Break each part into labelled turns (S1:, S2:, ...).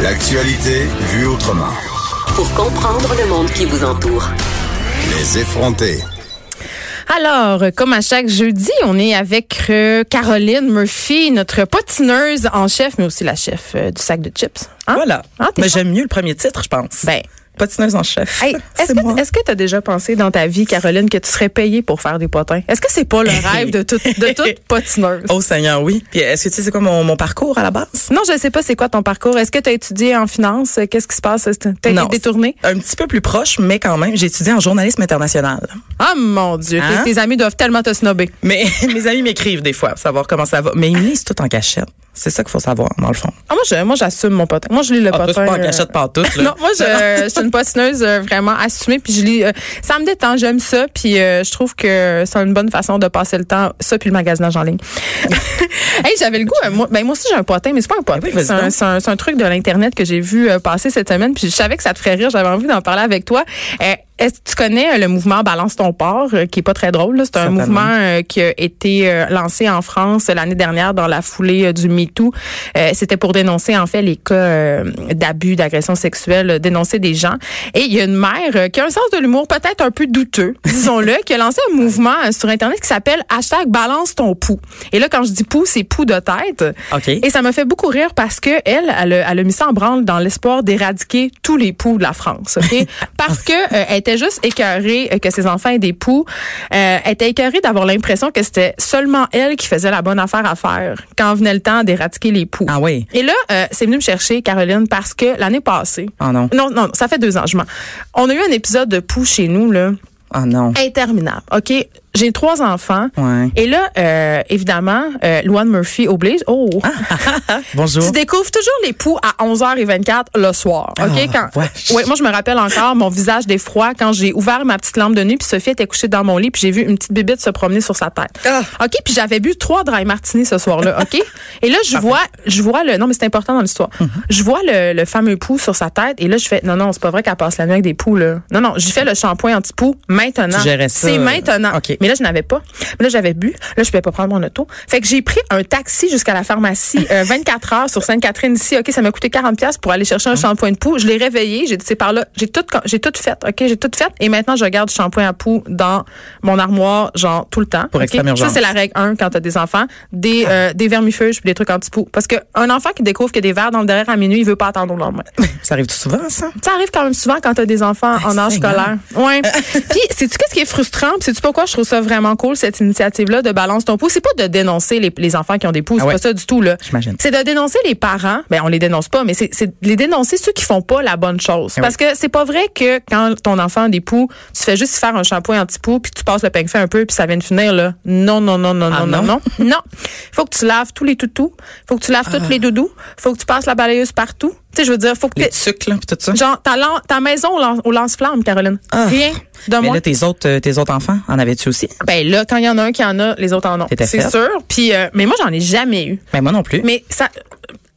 S1: L'actualité vue autrement.
S2: Pour comprendre le monde qui vous entoure.
S1: Les effrontés.
S3: Alors, euh, comme à chaque jeudi, on est avec euh, Caroline Murphy, notre potineuse en chef, mais aussi la chef euh, du sac de chips. Hein?
S4: Voilà.
S3: Ah, t'es
S4: Mais
S3: fort.
S4: j'aime mieux le premier titre, je pense.
S3: Ben,
S4: Patineuse en chef.
S3: hey, est-ce
S4: C'est moi.
S3: que est-ce que t'as déjà pensé dans ta vie, Caroline, que tu serais payée pour faire des potins? Est-ce que c'est pas le rêve de toute, de toute potineuse?
S4: Oh Seigneur, oui. Puis est-ce que tu sais c'est quoi mon, mon parcours à la base?
S3: Non, je sais pas c'est quoi ton parcours. Est-ce que tu as étudié en finance? Qu'est-ce qui se passe? Est-ce que T'as été
S4: Non.
S3: détournée?
S4: Un petit peu plus proche, mais quand même, j'ai étudié en journalisme international.
S3: Ah mon Dieu, tes-
S4: Hein?
S3: tes amis doivent tellement te snobber.
S4: Mais mes amis m'écrivent des fois, pour savoir comment ça va. Mais ils me lisent tout en cachette. C'est ça qu'il faut savoir, dans le fond.
S3: Ah, moi, je- moi, j'assume mon potin. Moi, je lis le
S4: Ah, toi,
S3: potin.
S4: c'est pas en
S3: euh,
S4: cachette pantoute, là.
S3: Non, moi, je, je suis une potineuse euh, vraiment assumée. Puis je lis. euh, ça me détend, j'aime ça. Puis euh, je trouve que c'est une bonne façon de passer le temps. Ça, puis le magasinage en ligne. hey, j'avais le goût. euh, moi, ben, moi aussi, j'ai un potin, mais c'est pas un potin.
S4: Ah oui, vas-y
S3: c'est, un,
S4: donc.
S3: c'est un- c'est un truc de l'Internet que j'ai vu euh, passer cette semaine. Puis je savais que ça te ferait rire. J'avais envie d'en parler avec toi. Euh, est-ce que tu connais euh, le mouvement Balance ton port, euh, qui est pas très drôle? là? C'est un
S4: Certainement.
S3: mouvement euh, qui a été euh, lancé en France l'année dernière dans la foulée euh, du MeToo. Euh, C'était pour dénoncer en fait les cas euh, d'abus, d'agression sexuelle, euh, dénoncer des gens. Et il y a une mère euh, qui a un sens de l'humour peut-être un peu douteux, disons-le, qui a lancé un mouvement euh, sur Internet qui s'appelle hashtag balance ton pouls. Et là, quand je dis pouls, c'est pouls de tête.
S4: OK.
S3: Et ça m'a fait beaucoup rire parce que elle, elle, a- elle a mis ça en branle dans l'espoir d'éradiquer tous les poux de la France. ok? parce que euh, elle était juste écœurée euh, que ses enfants aient des poux. Euh, elle était écœurée d'avoir l'impression que c'était seulement elle qui faisait la bonne affaire à faire quand venait le temps d'éradiquer les poux.
S4: Ah oui.
S3: Et là, euh, c'est venu me chercher, Caroline, parce que l'année passée.
S4: Ah non.
S3: Non, non, ça fait deux ans, je mens. On a eu un épisode de poux chez nous, là
S4: Ah non.
S3: interminable. OK, j'ai trois enfants.
S4: Ouais.
S3: Et là, euh, évidemment, euh, Luan Murphy oblige. Oh!
S4: Bonjour.
S3: Tu découvres toujours les poux à 11h24 le soir. OK?
S4: Ah,
S3: quand,
S4: wesh.
S3: ouais, moi, je me rappelle encore mon visage d'effroi quand j'ai ouvert ma petite lampe de nuit, puis Sophie était couchée dans mon lit, puis j'ai vu une petite bébête se promener sur sa tête.
S4: Ah.
S3: OK? Puis j'avais bu trois dry martinis ce soir-là. OK? et là, je vois, je vois le. Non, mais c'est important dans l'histoire.
S4: Mhm.
S3: Je vois le, le fameux pou sur sa tête, et là, je fais non, non, c'est pas vrai qu'elle passe la nuit avec des poux, là. Non, non, j'ai fait le shampoing anti-poux maintenant.
S4: Tu gérais ça,
S3: C'est
S4: euh,
S3: maintenant.
S4: OK.
S3: Mais là, je n'avais pas. Mais là, j'avais bu. Là, je pouvais pas prendre mon auto. Fait que j'ai pris un taxi jusqu'à la pharmacie euh, 24 heures sur Sainte-Catherine ici. OK, ça m'a coûté 40 pièces pour aller
S4: Hein?
S3: chercher un shampoing de poux. Je l'ai réveillé, j'ai dit c'est par là, j'ai tout con- j'ai tout fait. OK, j'ai tout fait et maintenant je garde du shampoing à poux dans mon armoire genre tout le temps.
S4: Pour
S3: OK?
S4: extrême urgence.
S3: Ça c'est la règles 1 quand tu as des enfants, des,
S4: Ah.
S3: euh, des vermifuges puis des trucs anti-poux. Parce qu'un enfant qui découvre que des verres dans le derrière à minuit, il veut pas attendre au lendemain.
S4: Ça arrive tout souvent, ça?
S3: Ça arrive quand même souvent quand t'as des enfants en âge
S4: Seigneur. Euh,
S3: scolaire. Ouais. Puis, sais-tu qu'est-ce qui est frustrant? Puis, sais-tu pourquoi je trouve ça vraiment cool, cette initiative-là de Balance ton pouls? C'est pas de dénoncer les, les enfants qui ont des pouces.
S4: Ah
S3: C'est
S4: ouais.
S3: pas ça du tout, là.
S4: J'imagine.
S3: C'est de dénoncer les parents. Ben, on les dénonce pas, mais c'est c'est de les dénoncer ceux qui font pas la bonne
S4: Eh
S3: chose. Parce que c'est pas vrai que quand ton enfant a des poux, tu fais juste faire un shampoing anti-poux, puis tu passes le peigne fin un peu, puis ça vient de finir, là. Non, non, non, non,
S4: Ah
S3: non, non, non. Non. Faut que tu laves tous les toutous. Faut que tu
S4: Ah.
S3: laves toutes les doudous. Faut que tu passes la balayeuse partout. Tu sais, je veux dire, faut que
S4: Les
S3: t'aies-
S4: sucres, là, puis tout ça.
S3: Genre, ta, lan- ta maison au lan- au lance-flamme, Caroline.
S4: Ah.
S3: Rien de
S4: Mais
S3: moins.
S4: là, tes autres, euh, tes autres enfants, en avais-tu aussi?
S3: Ben là, quand il y en a un qui en a, les autres en ont.
S4: T'étais
S3: C'est
S4: faite.
S3: sûr. Puis, euh, mais moi, j'en ai jamais eu.
S4: Ben, moi non plus.
S3: Mais ça.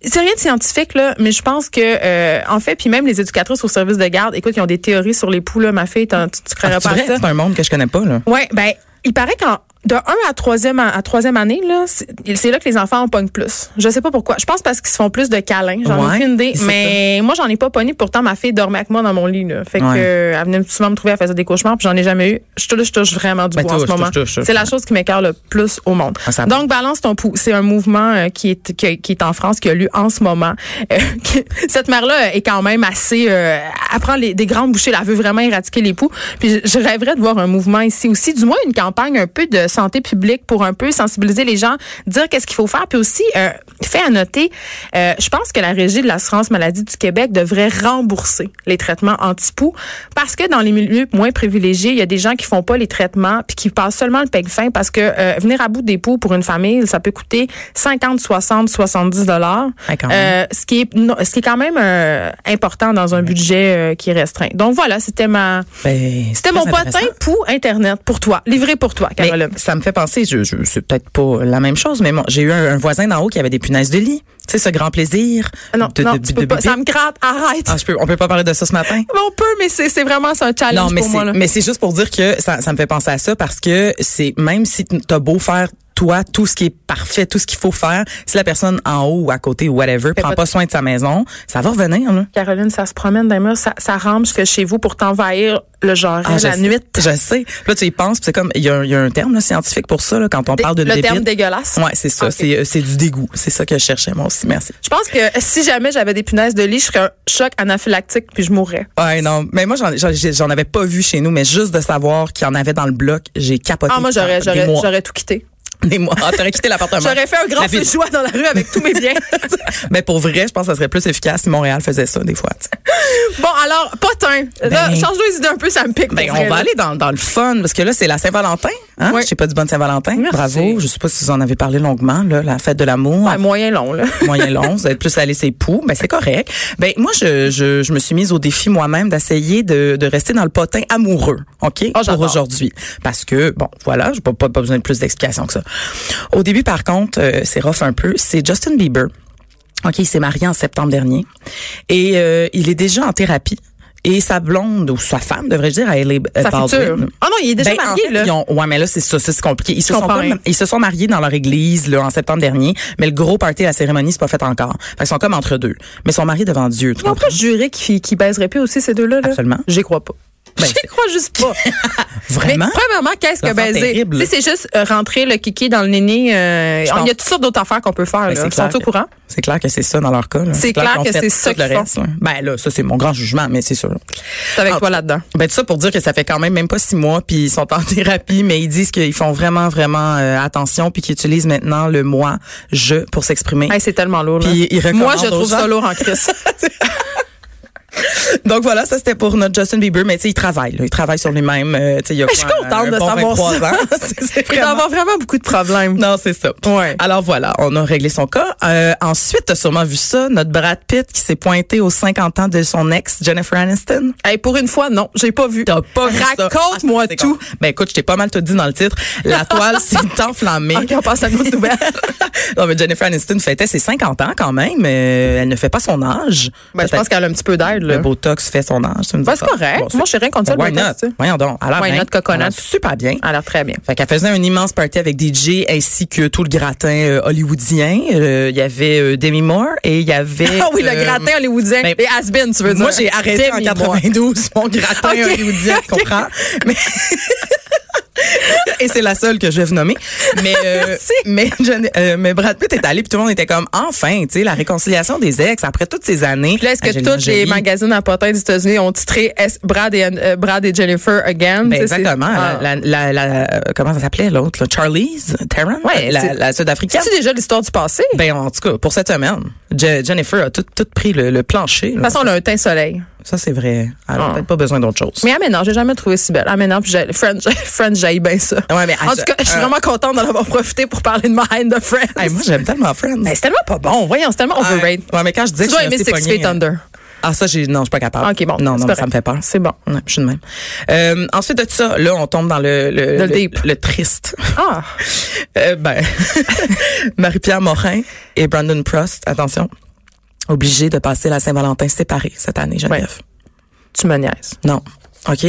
S3: C'est rien de scientifique, là, mais je pense que, euh, en fait, puis même les éducatrices au service de garde, écoute, ils ont des théories sur les poux, là, ma fille, t'en- tu, tu croirais
S4: Ah, c'est
S3: pas à
S4: vrai?
S3: ça.
S4: C'est un monde que je connais pas, là.
S3: Ouais, ben, il paraît qu'en de 1 à 3e à, à troisième année, là, c'est c'est là que les enfants en pognent plus. Je sais pas pourquoi. Je pense parce qu'ils se font plus de câlins. J'en ai
S4: Ouais,
S3: aucune idée.
S4: c'est
S3: Mais moi, j'en ai pas pogné. Pourtant, ma fille dormait avec moi dans mon lit. Là. Fait que
S4: Ouais.
S3: euh, elle venait souvent me trouver, elle faisait des cauchemars, puis j'en ai jamais eu. Je touche, je touche vraiment du
S4: Ben,
S3: bois en
S4: touche,
S3: ce moment.
S4: touche, touche, touche.
S3: C'est la chose qui m'écœure le plus au monde.
S4: Ah, ça-
S3: Donc, Balance ton pouls. C'est un mouvement euh, qui, est, qui, qui est en France, qui a lieu en ce moment. Euh, qui- cette mère-là est quand même assez... Euh, elle prend les- des grandes bouchées. Elle veut vraiment éradiquer les poux. Puis je je rêverais de voir un mouvement ici aussi, du moins une campagne un peu de santé publique pour un peu sensibiliser les gens, dire qu'est-ce qu'il faut faire. Puis aussi, euh, fait à noter, euh, je pense que la Régie de l'assurance maladie du Québec devrait rembourser les traitements anti-poux parce que dans les milieux moins privilégiés, il y a des gens qui font pas les traitements puis qui passent seulement le pegfin parce que euh, venir à bout des poux pour une famille, ça peut coûter 50, 60, 70 dollars,
S4: Ouais, quand même.
S3: euh, ce qui est non, ce qui est quand même euh, important dans un budget euh, qui est restreint. Donc voilà, c'était ma
S4: Ben, c'est
S3: c'était mon
S4: très
S3: potin
S4: intéressant.
S3: pour Internet, pour toi, livré pour toi,
S4: Mais
S3: Caroline.
S4: ça me fait penser, je, je- c'est peut-être pas la même chose, mais moi, j'ai eu un, un voisin d'en haut qui avait des punaises de lit. Tu sais, ce grand plaisir.
S3: Ah non,
S4: de,
S3: non,
S4: de-
S3: tu
S4: de
S3: peux pas,
S4: bébé.
S3: ça me gratte, arrête.
S4: Ah, je peux, on peut pas parler de ça ce matin.
S3: Mais on peut, mais c'est c'est vraiment c'est un challenge
S4: Non, mais
S3: pour moi.
S4: c'est,
S3: là.
S4: mais c'est juste pour dire que ça, ça me fait penser à ça parce que c'est même si t'as beau faire toi tout ce qui est parfait, tout ce qu'il faut faire, si la personne en haut ou à côté ou whatever prend
S3: pas-
S4: pas soin de sa maison, ça va revenir. Là.
S3: Caroline, ça se promène d'un mur, ça, ça rampe jusque chez vous pour t'envahir le genre
S4: Ah, je
S3: la
S4: sais,
S3: nuit.
S4: Je sais. Puis Là, tu y penses, puis c'est comme il y, a un- il y a un terme là, scientifique pour ça là, quand on
S3: Dé-
S4: parle de
S3: le terme
S4: débit.
S3: dégueulasse.
S4: Ouais, c'est ça.
S3: Ok.
S4: C'est, euh, c'est du dégoût. C'est ça que je cherchais moi aussi. Merci.
S3: Je pense que si jamais j'avais des punaises de lit, je serais un choc anaphylactique puis je mourrais.
S4: Ouais, non. Mais moi, j'en, j'en, j'en avais pas vu chez nous, mais juste de savoir qu'il y en avait dans le bloc, j'ai capoté.
S3: Ah, moi, j'aurais,
S4: pendant des
S3: j'aurais,
S4: mois.
S3: j'aurais tout quitté.
S4: Des mois. Ah, t'aurais quitté l'appartement.
S3: J'aurais fait un grand
S4: La
S3: feu
S4: ville.
S3: de joie dans la rue avec tous mes biens.
S4: Mais pour vrai, je pense que ça serait plus efficace si Montréal faisait ça des fois. tu sais.
S3: bon, alors, potin. Là,
S4: Ben-
S3: change les idées un peu, ça me pique.
S4: Ben,
S3: pour
S4: on
S3: vrai,
S4: va
S3: là.
S4: aller dans, dans le fun parce que là c'est la Saint-Valentin. Hein?
S3: Ouais.
S4: Je sais pas du bon Saint-Valentin.
S3: Merci.
S4: Bravo. Je sais pas si vous en avez parlé longuement là, la fête de l'amour.
S3: Ouais, moyen long, là.
S4: moyen long, vous êtes plus allé ses poux, ben c'est correct. Ben moi je, je, je me suis mise au défi moi-même d'essayer de, de rester dans le potin amoureux, OK
S3: Oh, j'adore.
S4: pour aujourd'hui parce que bon, voilà, j'ai pas, pas, pas besoin de plus d'explications que ça. Au début par contre, euh, c'est rough un peu, c'est Justin Bieber. OK, il s'est marié en septembre dernier et euh, il est déjà en thérapie et sa blonde ou sa femme devrais-je dire, elle est euh,
S3: Ça future. Ah non, il est déjà
S4: ben, en
S3: marié,
S4: fait,
S3: là.
S4: ils ont- ouais, mais là, c'est ça, ça, c'est compliqué. Ils se, sont
S3: comprends
S4: comme-
S3: rien.
S4: ils se sont mariés dans leur église, là, en septembre dernier, mais le gros party, la cérémonie, c'est pas fait encore. Fait qu'ils sont comme entre deux. Mais ils sont mariés devant Dieu, tu
S3: On
S4: comprends?
S3: peut jurer qu'ils qu'ils baiseraient plus aussi, ces deux-là, là.
S4: Absolument.
S3: J'y crois pas.
S4: Ben,
S3: J'y crois juste pas.
S4: Vraiment?
S3: Mais premièrement, qu'est-ce
S4: Ça
S3: que ben,
S4: sent
S3: baiser?
S4: terrible.
S3: Tu sais, c'est juste euh, rentrer le kiki dans le néné. euh, il
S4: Je
S3: y a
S4: pense.
S3: toutes sortes d'autres affaires qu'on peut faire.
S4: Ben,
S3: là.
S4: c'est
S3: Ils sont
S4: clair
S3: au
S4: que-
S3: courant?
S4: C'est clair que c'est ça dans leur cas. là.
S3: C'est clair
S4: qu'on
S3: que
S4: fait
S3: c'est ça
S4: tout le
S3: qu'ils
S4: reste. là. Ben là, ça c'est mon grand jugement, mais c'est sûr.
S3: C'est avec
S4: Ah,
S3: toi là-dedans.
S4: Ben tout ça pour dire que ça fait quand même même pas six mois, puis ils sont en thérapie, mais ils disent qu'ils font vraiment vraiment euh, attention, puis qu'ils utilisent maintenant le moi je pour s'exprimer.
S3: Hey, c'est tellement lourd. là.
S4: Puis ils recommandent
S3: Moi, je
S4: aux
S3: trouve
S4: gens-
S3: ça lourd en crise.
S4: Donc voilà, ça c'était pour notre Justin Bieber, mais tu sais, il travaille, là. il travaille sur lui-même. euh, tu sais, il y a
S3: Ben, Je suis
S4: quoi,
S3: contente
S4: un
S3: de
S4: bon
S3: savoir
S4: 23
S3: ça.
S4: ans. C'est- c'est
S3: Il doit
S4: vraiment-
S3: avoir vraiment beaucoup de problèmes.
S4: Non, c'est ça.
S3: Ouais.
S4: Alors voilà, on a réglé son cas. Euh, ensuite, t'as sûrement vu ça, notre Brad Pitt qui s'est pointé aux 50 ans de son ex, Jennifer Aniston.
S3: Hey, pour une fois, non, j'ai pas vu.
S4: T'as pas vu ça.
S3: Raconte-moi
S4: Ah, c'est
S3: tout.
S4: con. Ben écoute, je t'ai pas mal tout dit dans le titre. La toile s'est enflammée.
S3: Ok, on passe à une autre
S4: Ben,
S3: nouvelle.
S4: non, mais Jennifer Aniston fêtait ses 50 ans quand même. mais elle ne fait pas son âge.
S3: Ben, je
S4: Peut-être
S3: pense qu'elle a un petit peu d'aide, là.
S4: Le Botox fait son âge. tu me
S3: Ben,
S4: dis
S3: c'est
S4: pas.
S3: correct.
S4: Bon,
S3: Moi, je suis rien contre ça, le
S4: Why
S3: Botox, tu
S4: not?
S3: sais.
S4: Voyons donc. Alors,
S3: Why
S4: bien,
S3: not, coconut?
S4: elle a Super bien.
S3: Elle a l'air très bien.
S4: Fait qu'elle faisait un immense party avec DJ ainsi que tout le gratin euh, hollywoodien. Euh, Il y avait euh, Demi Moore et il y avait.
S3: Ah oui, le
S4: euh,
S3: gratin hollywoodien.
S4: ben,
S3: Les has-been, tu veux dire.
S4: Moi, j'ai arrêté en
S3: Demi-moi.
S4: 92 mon gratin
S3: Ok.
S4: hollywoodien, tu comprends? Mais- Et c'est la seule que je vais vous nommer. Mais, euh, mais, Jen- euh, mais Brad Pitt est allé, puis tout le monde était comme, enfin, tu sais, la réconciliation des ex après toutes ces années.
S3: Puis Là, est-ce que
S4: Angelina
S3: tous les
S4: Jolie,
S3: magazines à potins des États-Unis ont titré S- Brad et, euh, Brad et Jennifer Again?
S4: Ben,
S3: Tu sais, c'est-
S4: exactement.
S3: Ah.
S4: La, la- la- la- comment ça s'appelait l'autre? là? Charlize Theron?
S3: Ouais, c'est-
S4: la, la sud-africaine.
S3: C'est-tu déjà l'histoire du passé? De
S4: Ben, en tout cas, pour cette semaine, Je- Jennifer a tout, tout pris le, le plancher. là.
S3: toute façon, on a un teint soleil.
S4: Ça, c'est vrai. Elle n'a
S3: Ah.
S4: peut-être pas besoin d'autre chose.
S3: Mais ah, mais non, j'ai jamais trouvé si belle. Ah, mais non, puis j'ai- Friends, Friends, j'aille bien ça.
S4: Ouais, mais-
S3: en tout cas, je suis
S4: euh,
S3: vraiment contente d'en avoir profité pour parler de ma haine de Friends.
S4: Hey, moi, j'aime tellement Friends.
S3: Ben, c'est tellement pas bon. Voyons, c'est tellement overrated.
S4: Ouais, mais quand je dis
S3: Tu
S4: que je
S3: dois
S4: suis
S3: aimer
S4: restée
S3: Six
S4: pognée,
S3: Feet
S4: euh,
S3: Under.
S4: Ah, ça, j'ai, non, je suis pas capable.
S3: OK, bon,
S4: Non,
S3: c'est
S4: non,
S3: correct.
S4: ça me fait peur.
S3: C'est bon.
S4: Ouais, je suis de même. Euh, ensuite de ça, là, on tombe dans le, le,
S3: Le
S4: le-
S3: deep.
S4: le triste.
S3: Ah,
S4: Euh, ben, Marie-Pierre Morin et Brandon Prost, attention, obligés de passer la Saint-Valentin séparés cette année, Geneviève.
S3: tu me niaises.
S4: Non. OK.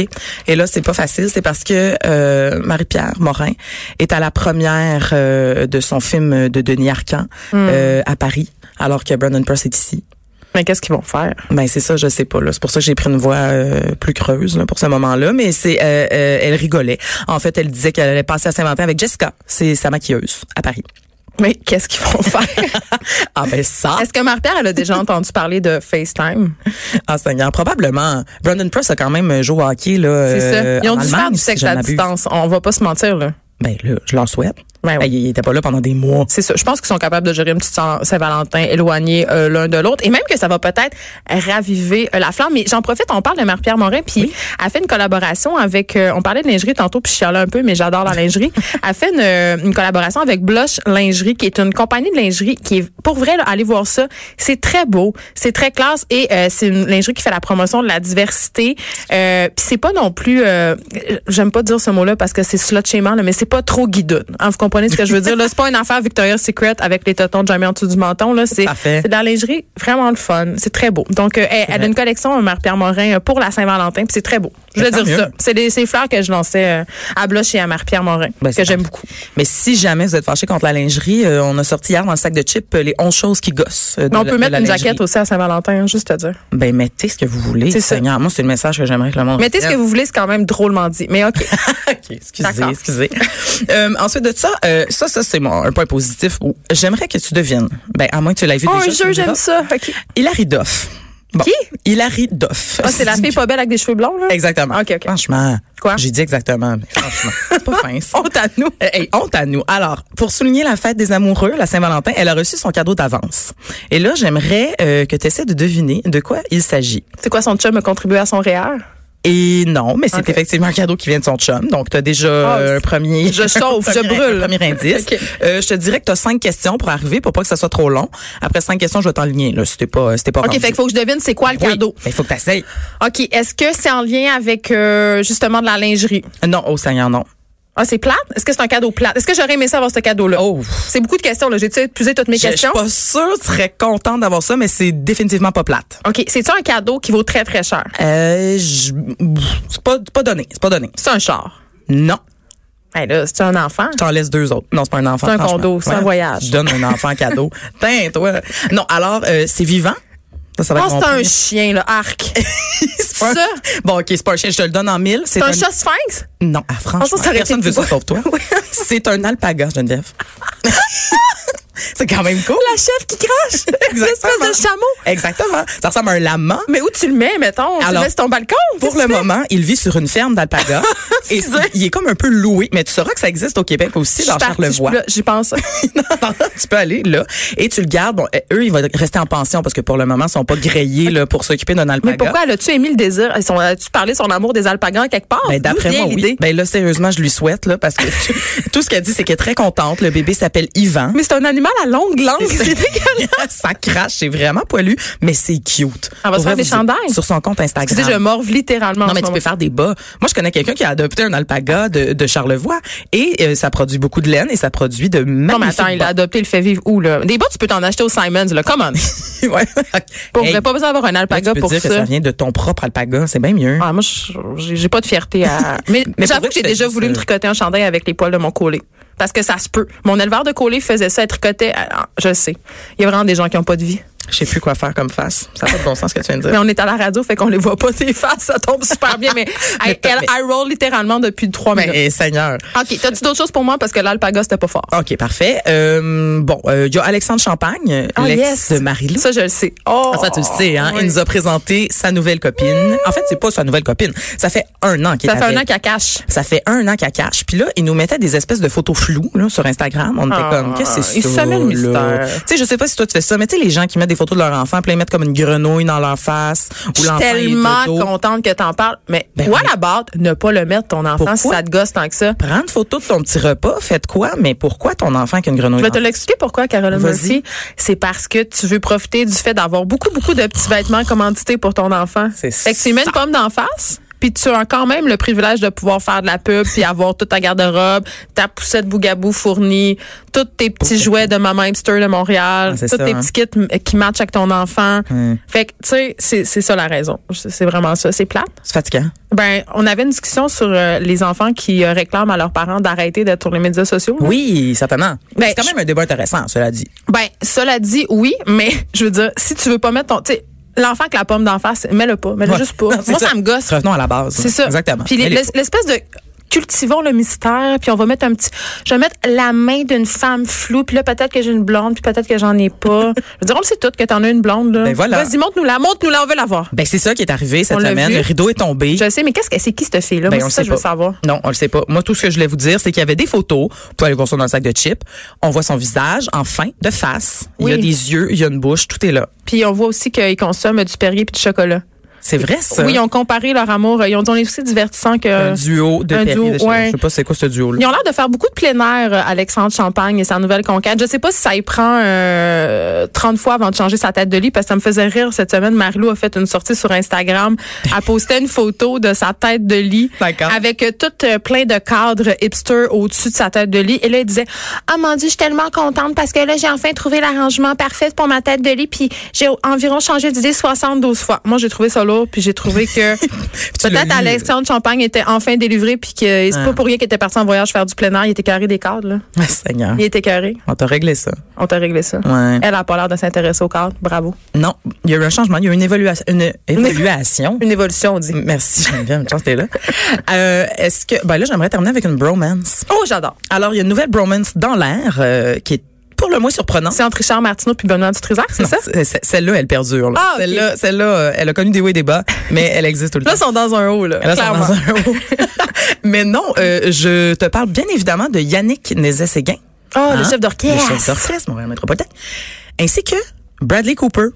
S4: Et là, c'est pas facile. C'est parce que euh, Marie-Pierre Morin est à la première euh, de son film de Denis Arcan
S3: Hmm.
S4: euh, à Paris, alors que Brandon Prost est ici.
S3: Mais qu'est-ce qu'ils vont faire?
S4: Ben c'est ça, je sais pas. là. C'est pour ça que j'ai pris une voix euh, plus creuse là, pour ce moment-là. Mais c'est, euh, euh, elle rigolait. En fait, elle disait qu'elle allait passer à Saint-Valentin avec Jessica, c'est sa maquilleuse à Paris.
S3: Mais qu'est-ce qu'ils vont faire?
S4: Ah ben ça,
S3: Est-ce que Marie-Pierre, elle a déjà entendu parler de FaceTime?
S4: ah, Seigneur, probablement. Brandon Press a quand même joué au hockey là.
S3: C'est ça.
S4: euh,
S3: Ils ont
S4: en
S3: dû
S4: Allemagne,
S3: faire du
S4: si
S3: sexe
S4: je ne
S3: à
S4: m'abuse.
S3: distance. On va pas se mentir, là.
S4: Ben là, je leur souhaite.
S3: Ben oui.
S4: Ben, il était pas là pendant des mois.
S3: C'est ça. Je pense qu'ils sont capables de gérer une petite Saint- Saint-Valentin éloignée euh, l'un de l'autre. Et même que ça va peut-être raviver euh, la flamme. Mais j'en profite, on parle de Marie-Pierre Morin, puis elle fait une collaboration avec... euh, on parlait de lingerie tantôt, puis je chialais un peu, mais j'adore la lingerie. elle fait une, euh, une collaboration avec Blush Lingerie, qui est une compagnie de lingerie qui est... Pour vrai, là, allez voir ça. C'est très beau, c'est très classe, et euh, c'est une lingerie qui fait la promotion de la diversité. Euh, puis c'est pas non plus... euh, J'aime pas dire ce mot-là parce que c'est slut shaming, là, mais c'est pas trop guidoune. Hein, vous comprenez ce que je veux dire? Là, c'est pas une affaire Victoria's Secret avec les totons jamais en dessous du menton. Là, c'est
S4: Parfait.
S3: c'est de la lingerie vraiment le fun. C'est très beau. Donc, euh, elle, elle a une collection, Marie-Pierre Morin, euh, pour la Saint-Valentin, puis c'est très beau. Je veux
S4: Ben,
S3: dire
S4: tant mieux.
S3: ça. C'est des- ces fleurs que je lançais euh, à Bloch et à Marie-Pierre Morin,
S4: Ben,
S3: que
S4: c'est
S3: j'aime
S4: parfait.
S3: beaucoup.
S4: Mais si jamais vous êtes fâché contre la lingerie, euh, on a sorti hier dans le sac de chips euh, les 11 choses qui gossent. euh, de
S3: Mais on
S4: la-
S3: peut
S4: de
S3: mettre
S4: la
S3: une
S4: lingerie.
S3: jaquette aussi à Saint-Valentin, hein, juste te dire.
S4: Ben, mettez ce que vous voulez.
S3: C'est ça.
S4: Seigneur, moi, c'est le message que j'aimerais que le monde
S3: Mettez ce que
S4: retienne.
S3: vous voulez, c'est quand même drôlement dit. Mais OK.
S4: OK, excusez,
S3: D'accord.
S4: excusez. Euh, ensuite de ça, euh, ça, ça, c'est mon, un point positif. où J'aimerais que tu devines. Ben, à moins que tu l'aies vu
S3: Oh,
S4: déjà.
S3: un
S4: tu
S3: jeu,
S4: me
S3: j'aime
S4: diras.
S3: ça. OK. Ah,
S4: Hilary Duff. Bon.
S3: Qui?
S4: Hilary Duff.
S3: Ah, c'est la fille pas belle avec des cheveux blonds, là?
S4: Exactement.
S3: OK, OK.
S4: Franchement.
S3: Quoi?
S4: J'ai dit exactement, mais franchement. C'est pas fin, ça.
S3: Honte à nous.
S4: Euh, hey, honte à nous. Alors, pour souligner la fête des amoureux, la Saint-Valentin, elle a reçu son cadeau d'avance. Et là, j'aimerais euh, que tu essaies de deviner de quoi il s'agit.
S3: C'est quoi, son chum a contribué à son REER?
S4: Et non, mais c'est
S3: Ok.
S4: effectivement un cadeau qui vient de son chum. Donc, tu as déjà
S3: Ah,
S4: euh, un premier...
S3: je chauffe,
S4: un
S3: je
S4: premier-
S3: brûle.
S4: un premier indice.
S3: Ok.
S4: Euh, je te dirais que tu as cinq questions pour arriver, pour pas que ça soit trop long. Après cinq questions, je vais t'enligner. Là, si t'es pas, si t'es pas
S3: OK,
S4: rendu.
S3: fait qu'il faut que je devine c'est quoi le
S4: Oui,
S3: cadeau.
S4: Mais il faut que tu essayes.
S3: OK, est-ce que c'est en lien avec euh, justement de la lingerie?
S4: Non, oh Seigneur, non.
S3: Ah, c'est plate? Est-ce que c'est un cadeau plate? Est-ce que j'aurais aimé ça avoir ce cadeau-là?
S4: Oh.
S3: C'est beaucoup de questions, là. J'ai épuisé toutes mes
S4: Je, je suis
S3: questions.
S4: pas sûre, très contente d'avoir ça, mais c'est définitivement pas plate.
S3: OK, c'est-tu un cadeau qui vaut très, très cher?
S4: Euh, je- c'est pas, pas donné, c'est pas donné.
S3: C'est un char.
S4: Non.
S3: Hey, Ben là, c'est un enfant?
S4: Je t'en laisse deux autres. Non, c'est pas un enfant.
S3: C'est un
S4: franchement.
S3: condo, c'est un
S4: Ouais,
S3: voyage.
S4: Je donne un enfant cadeau. Tiens, toi. Non, alors, euh, c'est vivant. Ça, ça va
S3: Oh,
S4: être
S3: c'est
S4: mon
S3: un
S4: premier.
S3: chien, là. Arc.
S4: C'est pas un-
S3: ça.
S4: Bon, OK, c'est pas un chien. Je te le donne en mille.
S3: C'est un chat sphinx?
S4: Non, ah, franchement,
S3: ça aurait été
S4: personne ne
S3: plus
S4: veut ça
S3: beau.
S4: sauf toi. c'est un alpaga, Geneviève. c'est quand même cool.
S3: La chef qui crache! Une
S4: Exactement.
S3: espèce de chameau.
S4: Exactement. Ça ressemble à un lama.
S3: Mais où tu le mets, mettons? tu le
S4: Alors,
S3: mets sur ton balcon?
S4: Pour le moment, il vit sur une ferme d'alpaga. et il est comme un peu loué. Mais tu sauras que ça existe au Québec aussi, dans Charlevoix.
S3: J'y pense.
S4: Non, non, tu peux aller là et tu le gardes. Bon, euh, eux, ils vont rester en pension parce que pour le moment, ils sont pas grillés là, pour s'occuper d'un alpaga.
S3: Mais pourquoi as-tu aimé le désir? Elles sont- As-tu parlé son amour des alpagas quelque part?
S4: Ben, d'après
S3: D'où vient
S4: moi, oui.
S3: l'idée?
S4: Ben là, sérieusement, je lui souhaite, là, parce que tu- tout ce qu'elle dit, c'est qu'elle est très contente. Le bébé s'appelle Yvan.
S3: Mais c'est un animal à longue langue. C'est dégueulasse. Ah,
S4: ça crache, c'est vraiment poilu, mais c'est cute.
S3: On va
S4: Pour
S3: se faire
S4: vrai,
S3: des
S4: vous-
S3: chandails.
S4: Sur son compte Instagram.
S3: Tu sais, je morve littéralement.
S4: Non,
S3: en
S4: mais
S3: ce
S4: tu
S3: moment.
S4: peux faire des bas. Moi, je connais quelqu'un qui a adopté un alpaga de, de Charlevoix et euh, ça produit beaucoup de laine et ça produit de magnifiques
S3: Non, mais attends, il a
S4: bas.
S3: adopté le fait vivre où, là? Des bas, tu peux t'en acheter au Simons, là. Come on.
S4: Ouais.
S3: Pour
S4: Hey,
S3: vrai, pas besoin d'avoir un
S4: là,
S3: alpaga
S4: tu peux
S3: pour
S4: dire
S3: ça.
S4: que ça vient de ton propre alpaga, c'est bien mieux.
S3: Ah, moi, je- j'ai j'ai pas de fierté à. Mais,
S4: Mais pour
S3: j'avoue
S4: vrai,
S3: que j'ai
S4: c'est
S3: déjà
S4: juste,
S3: voulu me
S4: euh,
S3: tricoter un chandail avec les poils de mon collet. Parce que ça se peut. Mon éleveur de collet faisait ça, elle tricotait. Ah, Je le sais. Il y a vraiment des gens qui ont pas de vie.
S4: Je sais plus quoi faire comme face. Ça n'a pas de bon sens ce que tu viens de
S3: Mais
S4: dire.
S3: on est à la radio, fait qu'on les voit pas tes faces, ça tombe super bien. Mais,
S4: Mais
S3: hey,
S4: t'as-
S3: elle, I roll littéralement depuis trois
S4: Mais,
S3: minutes.
S4: eh, Seigneur.
S3: OK, t'as-tu d'autres choses pour moi? Parce que l'alpaga, c'était pas fort.
S4: OK, parfait. Euh, bon, euh, il y a Alexandre Champagne,
S3: Ah,
S4: l'ex
S3: yes.
S4: de Marie-Lou.
S3: Ça, je le sais. Oh,
S4: Ah, ça, tu le sais, hein?
S3: oui.
S4: Il nous a présenté sa nouvelle copine. En fait, c'est pas sa nouvelle copine. Ça fait un an qu'il est
S3: Ça fait un
S4: avec.
S3: an qu'elle cache.
S4: Ça fait un an qu'elle cache. Puis là, il nous mettait des espèces de photos floues là, sur Instagram. On était
S3: Ah,
S4: comme, qu'est-ce que c'est
S3: il
S4: ça?
S3: semait le
S4: là?
S3: mystère.
S4: Tu sais, je sais pas si toi tu fais ça, mais tu sais, les gens qui mettent des photos de leur enfant, puis là, ils mettent comme une grenouille dans leur face.
S3: Je
S4: Ou
S3: suis
S4: l'enfant est
S3: tellement
S4: dodo.
S3: contente que t'en parles. Mais
S4: Ben
S3: what
S4: oui.
S3: about ne pas le mettre ton enfant si
S4: Pourquoi?
S3: ça te gosse tant que ça?
S4: Prends une photo de ton petit repas, faites quoi? Mais pourquoi ton enfant qui a une grenouille
S3: Je vais te
S4: dans-
S3: l'expliquer pourquoi, Caroline
S4: Vas-y.
S3: Murphy. C'est parce que tu veux profiter du fait d'avoir beaucoup, beaucoup de petits vêtements commandités pour ton enfant.
S4: C'est
S3: Fait que tu lui mets une
S4: ça.
S3: pomme d'en face. Puis tu as quand même le privilège de pouvoir faire de la pub, puis avoir toute ta garde-robe, ta poussette bougabou fournie, tous tes petits jouets de Maman Hipster de Montréal,
S4: Ah,
S3: tous
S4: c'est ça,
S3: tes
S4: hein.
S3: petits kits m- qui matchent avec ton enfant.
S4: Hmm.
S3: Fait que, tu sais, c'est c'est ça la raison. C'est c'est vraiment ça. C'est plate.
S4: C'est fatigant.
S3: Ben, on avait une discussion sur euh, les enfants qui euh, réclament à leurs parents d'arrêter d'être sur les médias sociaux. là.
S4: Oui, certainement.
S3: Ben,
S4: c'est quand même un débat intéressant, cela dit.
S3: Ben, cela dit, oui, mais je veux dire, si tu veux pas mettre ton. Tu sais, l'enfant avec la pomme d'en face, mets-le pas, mets-le
S4: Ouais.
S3: juste pas.
S4: Non, c'est
S3: Moi, ça me gosse.
S4: Revenons à la base.
S3: C'est ça.
S4: Exactement.
S3: Puis les-
S4: Elle est
S3: l'es- l'espèce de cultivons le mystère, puis on va mettre un petit, je vais mettre la main d'une femme floue, puis là peut-être que j'ai une blonde, puis peut-être que j'en ai pas. je veux dire, on le sait toutes que t'en as une blonde. Là.
S4: Ben voilà.
S3: Vas-y, montre-nous la, montre-nous la, on veut la voir.
S4: Ben, c'est ça qui est arrivé cette
S3: On l'a
S4: semaine.
S3: vu.
S4: Le rideau est tombé.
S3: Je sais, mais qu'est-ce que c'est qui cette fille là
S4: Ben,
S3: Moi,
S4: on
S3: c'est ça
S4: le
S3: que
S4: sait
S3: je veux
S4: pas.
S3: savoir.
S4: Non, on le sait pas. Moi, tout ce que je voulais vous dire, c'est qu'il y avait des photos. Vous pouvez aller voir ça dans le sac de chips. On voit son visage, enfin, de face. Il y a
S3: Oui.
S4: des yeux, il y a une bouche, tout est là.
S3: Puis on voit aussi qu'ils consomment du Perrier puis du chocolat.
S4: C'est vrai, ça?
S3: Oui, ils ont comparé leur amour. Ils ont dit on est aussi divertissant que
S4: Un duo de
S3: un
S4: Perrier
S3: duo,
S4: de Chanel.
S3: ouais.
S4: Je sais pas c'est quoi ce duo-là.
S3: Ils ont l'air de faire beaucoup de plein air, euh, Alexandre Champagne et sa nouvelle conquête. Je sais pas si ça y prend euh, 30 fois avant de changer sa tête de lit, parce que ça me faisait rire cette semaine. Marilou a fait une sortie sur Instagram, a posté une photo de sa tête de lit
S4: D'accord.
S3: avec euh, tout euh, plein de cadres hipster au-dessus de sa tête de lit. Et là, elle disait, ah mon Dieu, je suis tellement contente parce que là, j'ai enfin trouvé l'arrangement parfait pour ma tête de lit, puis j'ai environ changé d'idée 72 fois. Moi, j'ai trouvé ça lourd, puis j'ai trouvé que
S4: tu l'as
S3: peut-être
S4: lu.
S3: Alexandre Champagne était enfin délivré, puis que c'est
S4: Ah.
S3: pas pour rien qu'il était parti en voyage faire du plein air. Il était carré des cadres, là.
S4: Ah, Seigneur.
S3: Il était carré.
S4: On t'a réglé ça.
S3: On t'a réglé ça.
S4: Ouais.
S3: Elle a pas l'air de s'intéresser aux cadres. Bravo.
S4: Non, il y a eu un changement, il y a eu une évaluation. Une évaluation.
S3: Une évolution, on dit.
S4: Merci, j'aime bien, une chance t'es là. Euh, Est-ce que, ben là, j'aimerais terminer avec une bromance.
S3: Oh, j'adore.
S4: Alors, il y a une nouvelle bromance dans l'air euh, qui est pour le moins surprenante.
S3: C'est entre Richard Martineau puis Benoît Dutrisac, c'est
S4: Non,
S3: ça?
S4: c'est- c'est- Celle-là, elle perdure. là.
S3: Ah, ok.
S4: Celle-là, celle-là, euh, elle a connu des hauts et des bas, mais elle existe tout le
S3: Là, ils
S4: temps.
S3: sont dans un haut, là.
S4: Là, c'est
S3: clairement.
S4: dans un haut. mais non, euh, je te parle bien évidemment de Yannick Nézet-Séguin.
S3: Oh, le
S4: Hein?
S3: chef d'orchestre.
S4: Le chef d'orchestre, Montréal Métropolitain. Ainsi que Bradley Cooper.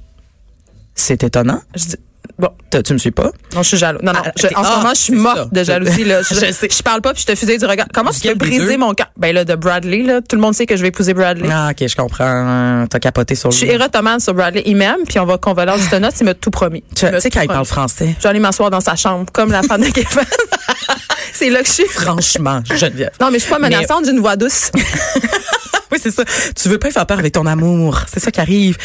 S4: C'est étonnant.
S3: Je dis- Bon,
S4: T'as- Tu me suis pas?
S3: non, je suis jaloux. Non, non,
S4: Ah,
S3: je-
S4: t'es-
S3: en ce
S4: ah,
S3: moment, je suis
S4: c'est
S3: morte
S4: ça.
S3: de jalousie, là. Je,
S4: Je sais.
S3: je parle pas puis je te fusille du regard. Comment tu peux
S4: Duquel des
S3: briser
S4: deux?
S3: mon cœur? Ben là, de Bradley, là. Tout le monde sait que je vais épouser Bradley.
S4: Ah, ok, je comprends. T'as capoté sur
S3: Je suis
S4: lui.
S3: érotomane sur Bradley. Il m'aime, puis on va convoler du tonus. Il m'a tout promis.
S4: Tu
S3: m'a
S4: tu sais
S3: tout
S4: quand il
S3: promis.
S4: parle français?
S3: Je vais aller m'asseoir dans sa chambre, comme la femme de Kevin. c'est là que je suis.
S4: Franchement, Geneviève.
S3: Non, mais je suis pas
S4: Mais-
S3: menaçante, j'ai une voix douce.
S4: Oui, c'est ça. Tu veux pas lui faire peur avec ton amour. C'est ça qui arrive.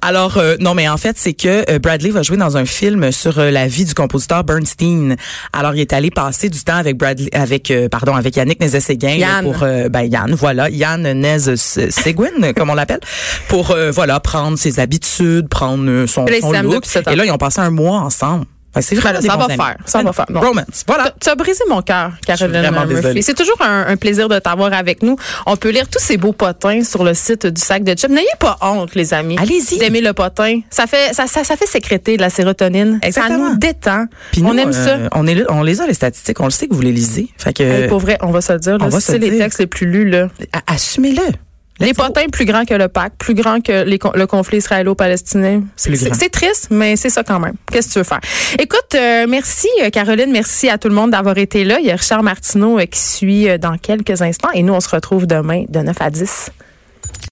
S4: Alors, euh, non, mais en fait, c'est que euh, Bradley va jouer dans un film sur euh, la vie du compositeur Bernstein. Alors, il est allé passer du temps avec Bradley, avec, euh, pardon, avec Yannick Nézet-Séguin. là,
S3: Yann.
S4: Pour, euh, ben, Yann, voilà. Yann Nézet-Séguin, comme on l'appelle. Pour, euh, voilà, prendre ses habitudes, prendre euh, son,
S3: Puis là, ils
S4: son
S3: s'aiment
S4: look.
S3: depuis sept ans.
S4: Et là, ils ont passé un mois ensemble. Fait que c'est vraiment
S3: Ben là,
S4: des
S3: ça
S4: bons
S3: va
S4: amis.
S3: faire, ça va faire. Non.
S4: Romance. Voilà.
S3: Tu as brisé mon cœur,
S4: Je suis
S3: Caroline
S4: vraiment désolée.
S3: Murphy. C'est toujours un, un plaisir de t'avoir avec nous. On peut lire tous ces beaux potins sur le site du sac de chips. N'ayez pas honte, les amis.
S4: Allez-y.
S3: D'aimer le potin. Ça fait, ça, ça, ça fait sécréter de la sérotonine. Ça
S4: Exactement.
S3: nous détend.
S4: Puis
S3: on
S4: nous,
S3: aime ça.
S4: euh, on, est, là- on les a, les statistiques. On le sait que vous les lisez. Fait que,
S3: Hey, pour vrai, on va se le dire.
S4: on
S3: là,
S4: va se
S3: C'est
S4: le
S3: les
S4: dire.
S3: textes les plus lus. Là.
S4: a- assumez-le.
S3: Les
S4: Let's go.
S3: potins plus grands que le PAC, plus grands que les con- le conflit israélo-palestinien. C'est
S4: Plus grand.
S3: c'est- c'est triste, mais c'est ça quand même. Qu'est-ce que tu veux faire? Écoute, euh, merci euh, Caroline, merci à tout le monde d'avoir été là. Il y a Richard Martineau euh, qui suit euh, dans quelques instants et nous, on se retrouve demain de 9 à 10.